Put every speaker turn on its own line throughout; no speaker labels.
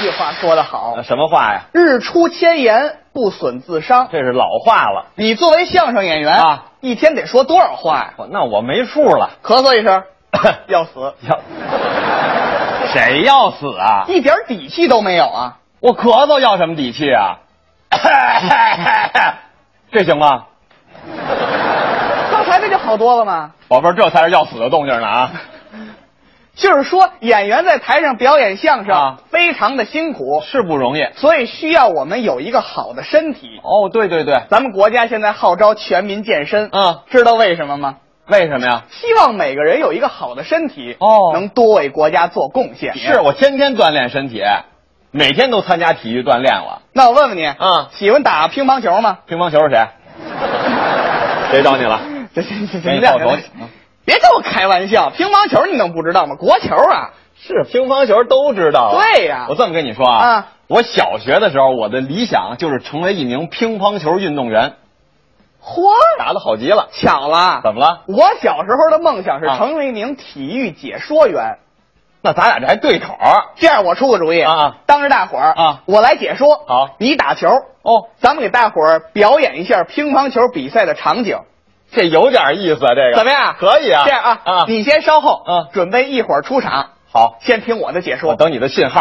句话说得好
呃，什么话呀？
日出千言，不损自伤。
这是老话了，
你作为相声演员
啊，
一天得说多少话呀？
我那我没数了。
咳嗽一声，要死，
要谁要死啊？
一点底气都没有啊！
我咳嗽要什么底气啊？ 这行吗？
刚才那就好多了嘛。
宝贝儿，这才是要死的动静呢啊！
就是说，演员在台上表演相声、
啊
非常的辛苦，
是不容易。
所以需要我们有一个好的身体。
哦，对对对，
咱们国家现在号召全民健身，
嗯，
知道为什么吗？
为什么呀？
希望每个人有一个好的身体，
哦
能多为国家做贡献。
是我天天锻炼身体，每天都参加体育锻炼了。
那我问问你，
嗯
喜欢打乒乓球吗？
乒乓球是谁？谁找你了？
这这这
给
这
你
两
报
个
仇
人，别跟我开玩笑，乒乓球你能不知道吗？国球啊，
是乒乓球都知道啊。
对呀
我这么跟你说啊，
啊
我小学的时候，我的理想就是成为一名乒乓球运动员，
嚯，
打的好极了。
巧了，
怎么了？
我小时候的梦想是
啊
成为一名体育解说员，
那咱俩这还对口儿
这样我出个主意
啊
当着大伙儿
啊
我来解说，
好
你打球，
哦，
咱们给大伙儿表演一下乒乓球比赛的场景，
这有点意思啊，这个
怎么样？
可以啊，
这样啊，
啊，
你先稍后，
嗯
准备一会儿出场，
好，
先听我的解
我
说。
等你的信号。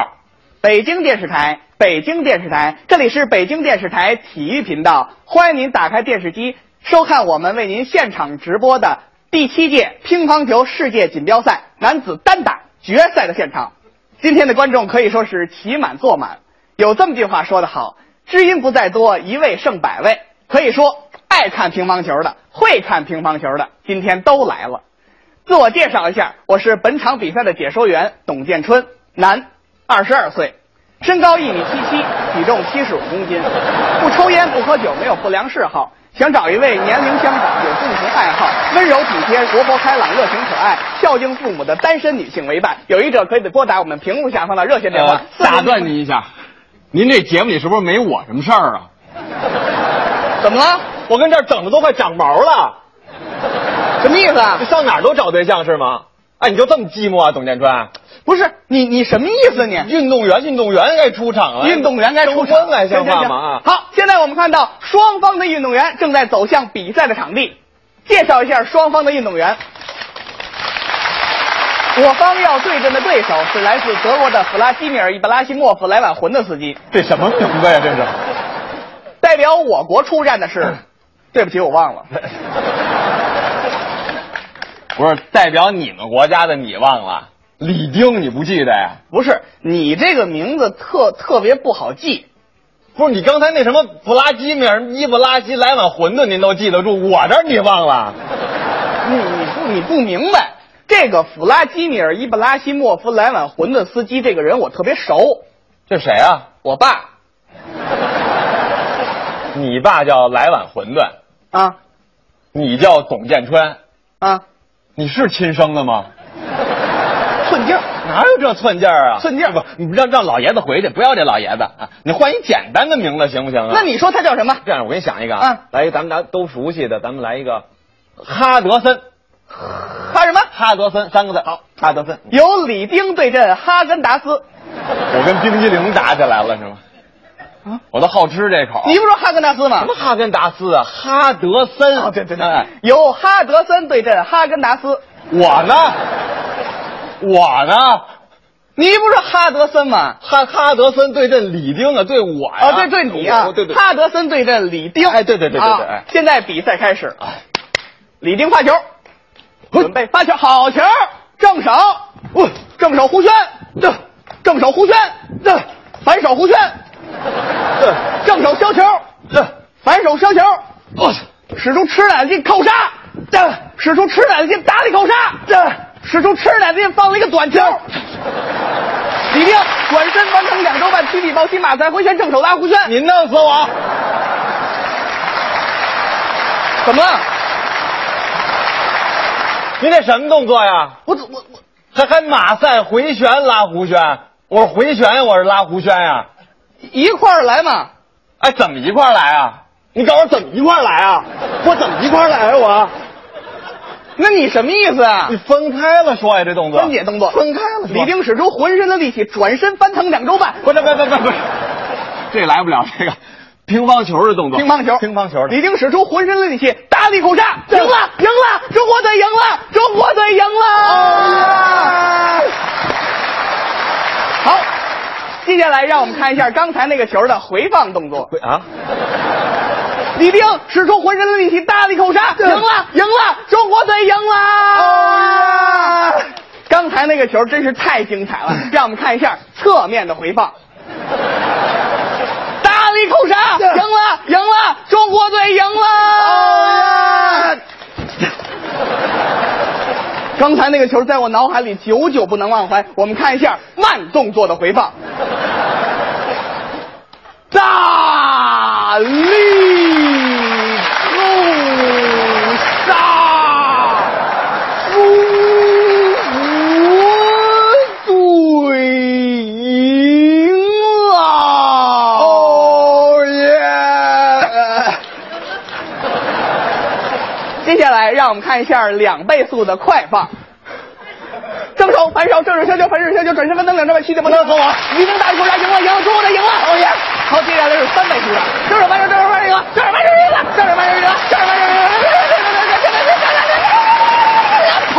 北京电视台，北京电视台，这里是北京电视台体育频道，欢迎您打开电视机收看我们为您现场直播的第七届乒乓球世界锦标赛男子单打决赛的现场。今天的观众可以说是骑满坐满，有这么句话说得好：“知音不在多，一位胜百位。”可以说，爱看乒乓球的，会看乒乓球的，今天都来了。自我介绍一下，我是本场比赛的解说员董建春，男，二十二岁，身高一米七七，体重七十五公斤，不抽烟不喝酒，没有不良嗜好。想找一位年龄相仿、有共同爱好、温柔体贴、活泼开朗、热情可爱、孝敬父母的单身女性为伴。有意者可以拨打我们屏幕下方的热线电话。
呃打断您一下，您这节目里是不是没我什么事儿啊？
怎么了？
我跟这儿等的都快长毛了，
什么意思啊
这？上哪儿都找对象是吗？哎，你就这么寂寞啊，董建川？
不是你，你什么意思你？
运动员，运动员该出场啊，
哎运动员该出
征
场
婚来像
行行
话
行
吗？啊，
好，现在我们看到双方的运动员正在走向比赛的场地，介绍一下双方的运动员。我方要对阵的对手是来自德国的弗拉基米尔·伊布拉西莫夫莱万魂的斯基，
这什么名字呀？这是？
代表我国出战的 是，对不起，我忘了，
不是代表你们国家的你忘了？李丁你不记得呀？
不是你这个名字特特别不好记，
不是你刚才那什么布拉基米尔、伊布拉基来碗馄饨，您都记得住，我这儿你忘了？
你你不你不明白，这个弗拉基米尔·伊布拉西莫夫莱万魂的斯基这个人我特别熟，
这谁啊？
我爸
你爸叫来碗馄饨，
啊
你叫董建川，
啊，
你是亲生的吗？
寸劲儿。
哪有这寸劲儿啊？
寸劲儿
不，你让让老爷子回去，不要这老爷子啊！你换一简单的名字行不行啊？
那你说他叫什么？
这样，我给你想一个
嗯
啊，来一个咱们大家都熟悉的，咱们来一个哈德森，
哈什么？
哈德森三个字，好，哈德森。
由李丁对阵哈根达
哦
斯。
我跟冰激凌打起来了是吗？
啊
我都好吃这口。
你不说哈根达斯吗
什么？哈根达斯啊？哈德森。
哦，对对对
哎，
由哈德森对阵哈根达斯。
我呢？我呢？
你不是哈德森吗？啊
哈哈德森对阵李丁啊，对我呀、
哦，对，对你啊
我，对对。
哈德森对阵李丁。
哎对对对对对
啊
哎
现在比赛开始，
哎
李丁发球，
嘿
准备发球，好球，正手，正手弧圈，这正手弧圈，这反手弧圈，
这
正手削球，
这，
反手削球，
我去，
使出吃奶劲扣杀，这使出吃奶劲打里扣杀，这使出吃奶劲放了一个短球。李丁转身完成两周半踢地包起马赛回旋正手拉弧圈，
你弄死我！
怎么？
你这什么动作呀？
我怎我我
还还马赛回旋拉弧圈？我是回旋，我是拉弧圈呀、
一块儿来嘛？
哎，怎么一块儿来啊？你告诉我怎么一块儿来啊？我怎么一块儿来啊？我
啊那你什么意思啊
你？分开了说呀，这动作
分解动作，
分开了说。
李丁使出浑身的力气，转身翻腾两周半。
不是不是不是不是，这来不了这个乒乓球的动作，
乒乓球，
乒乓球的
李丁使出浑身的力气，大力口杀，赢了，赢了，中国队赢了，中国队赢
哦
了！好，接下来让我们看一下刚才那个球的回放动作。
啊，
李丁使出浑身的力气，大力扣杀，赢了，赢了，中国队赢了！刚才那个球真是太精彩了，让我们看一下侧面的回放。大力扣杀，赢了，赢了，中国队赢了！刚才那个球在我脑海里久久不能忘怀。我们看一下慢动作的回放。大力扣杀，中国队赢了！哦耶！接下来让我们看一下两倍速的快放。正手反手，正手削球，反手削球，转身翻腾两招半，七点不能和我。一定大力扣杀，赢了，赢了，中国队赢了！哦耶！好，接下来是三倍速的，正手反手，正手反手赢了，正手反手赢了，正手反手赢了，正手反手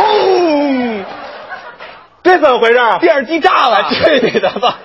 赢了，砰！
这怎么回事啊？
电视机炸了。
去你的吧！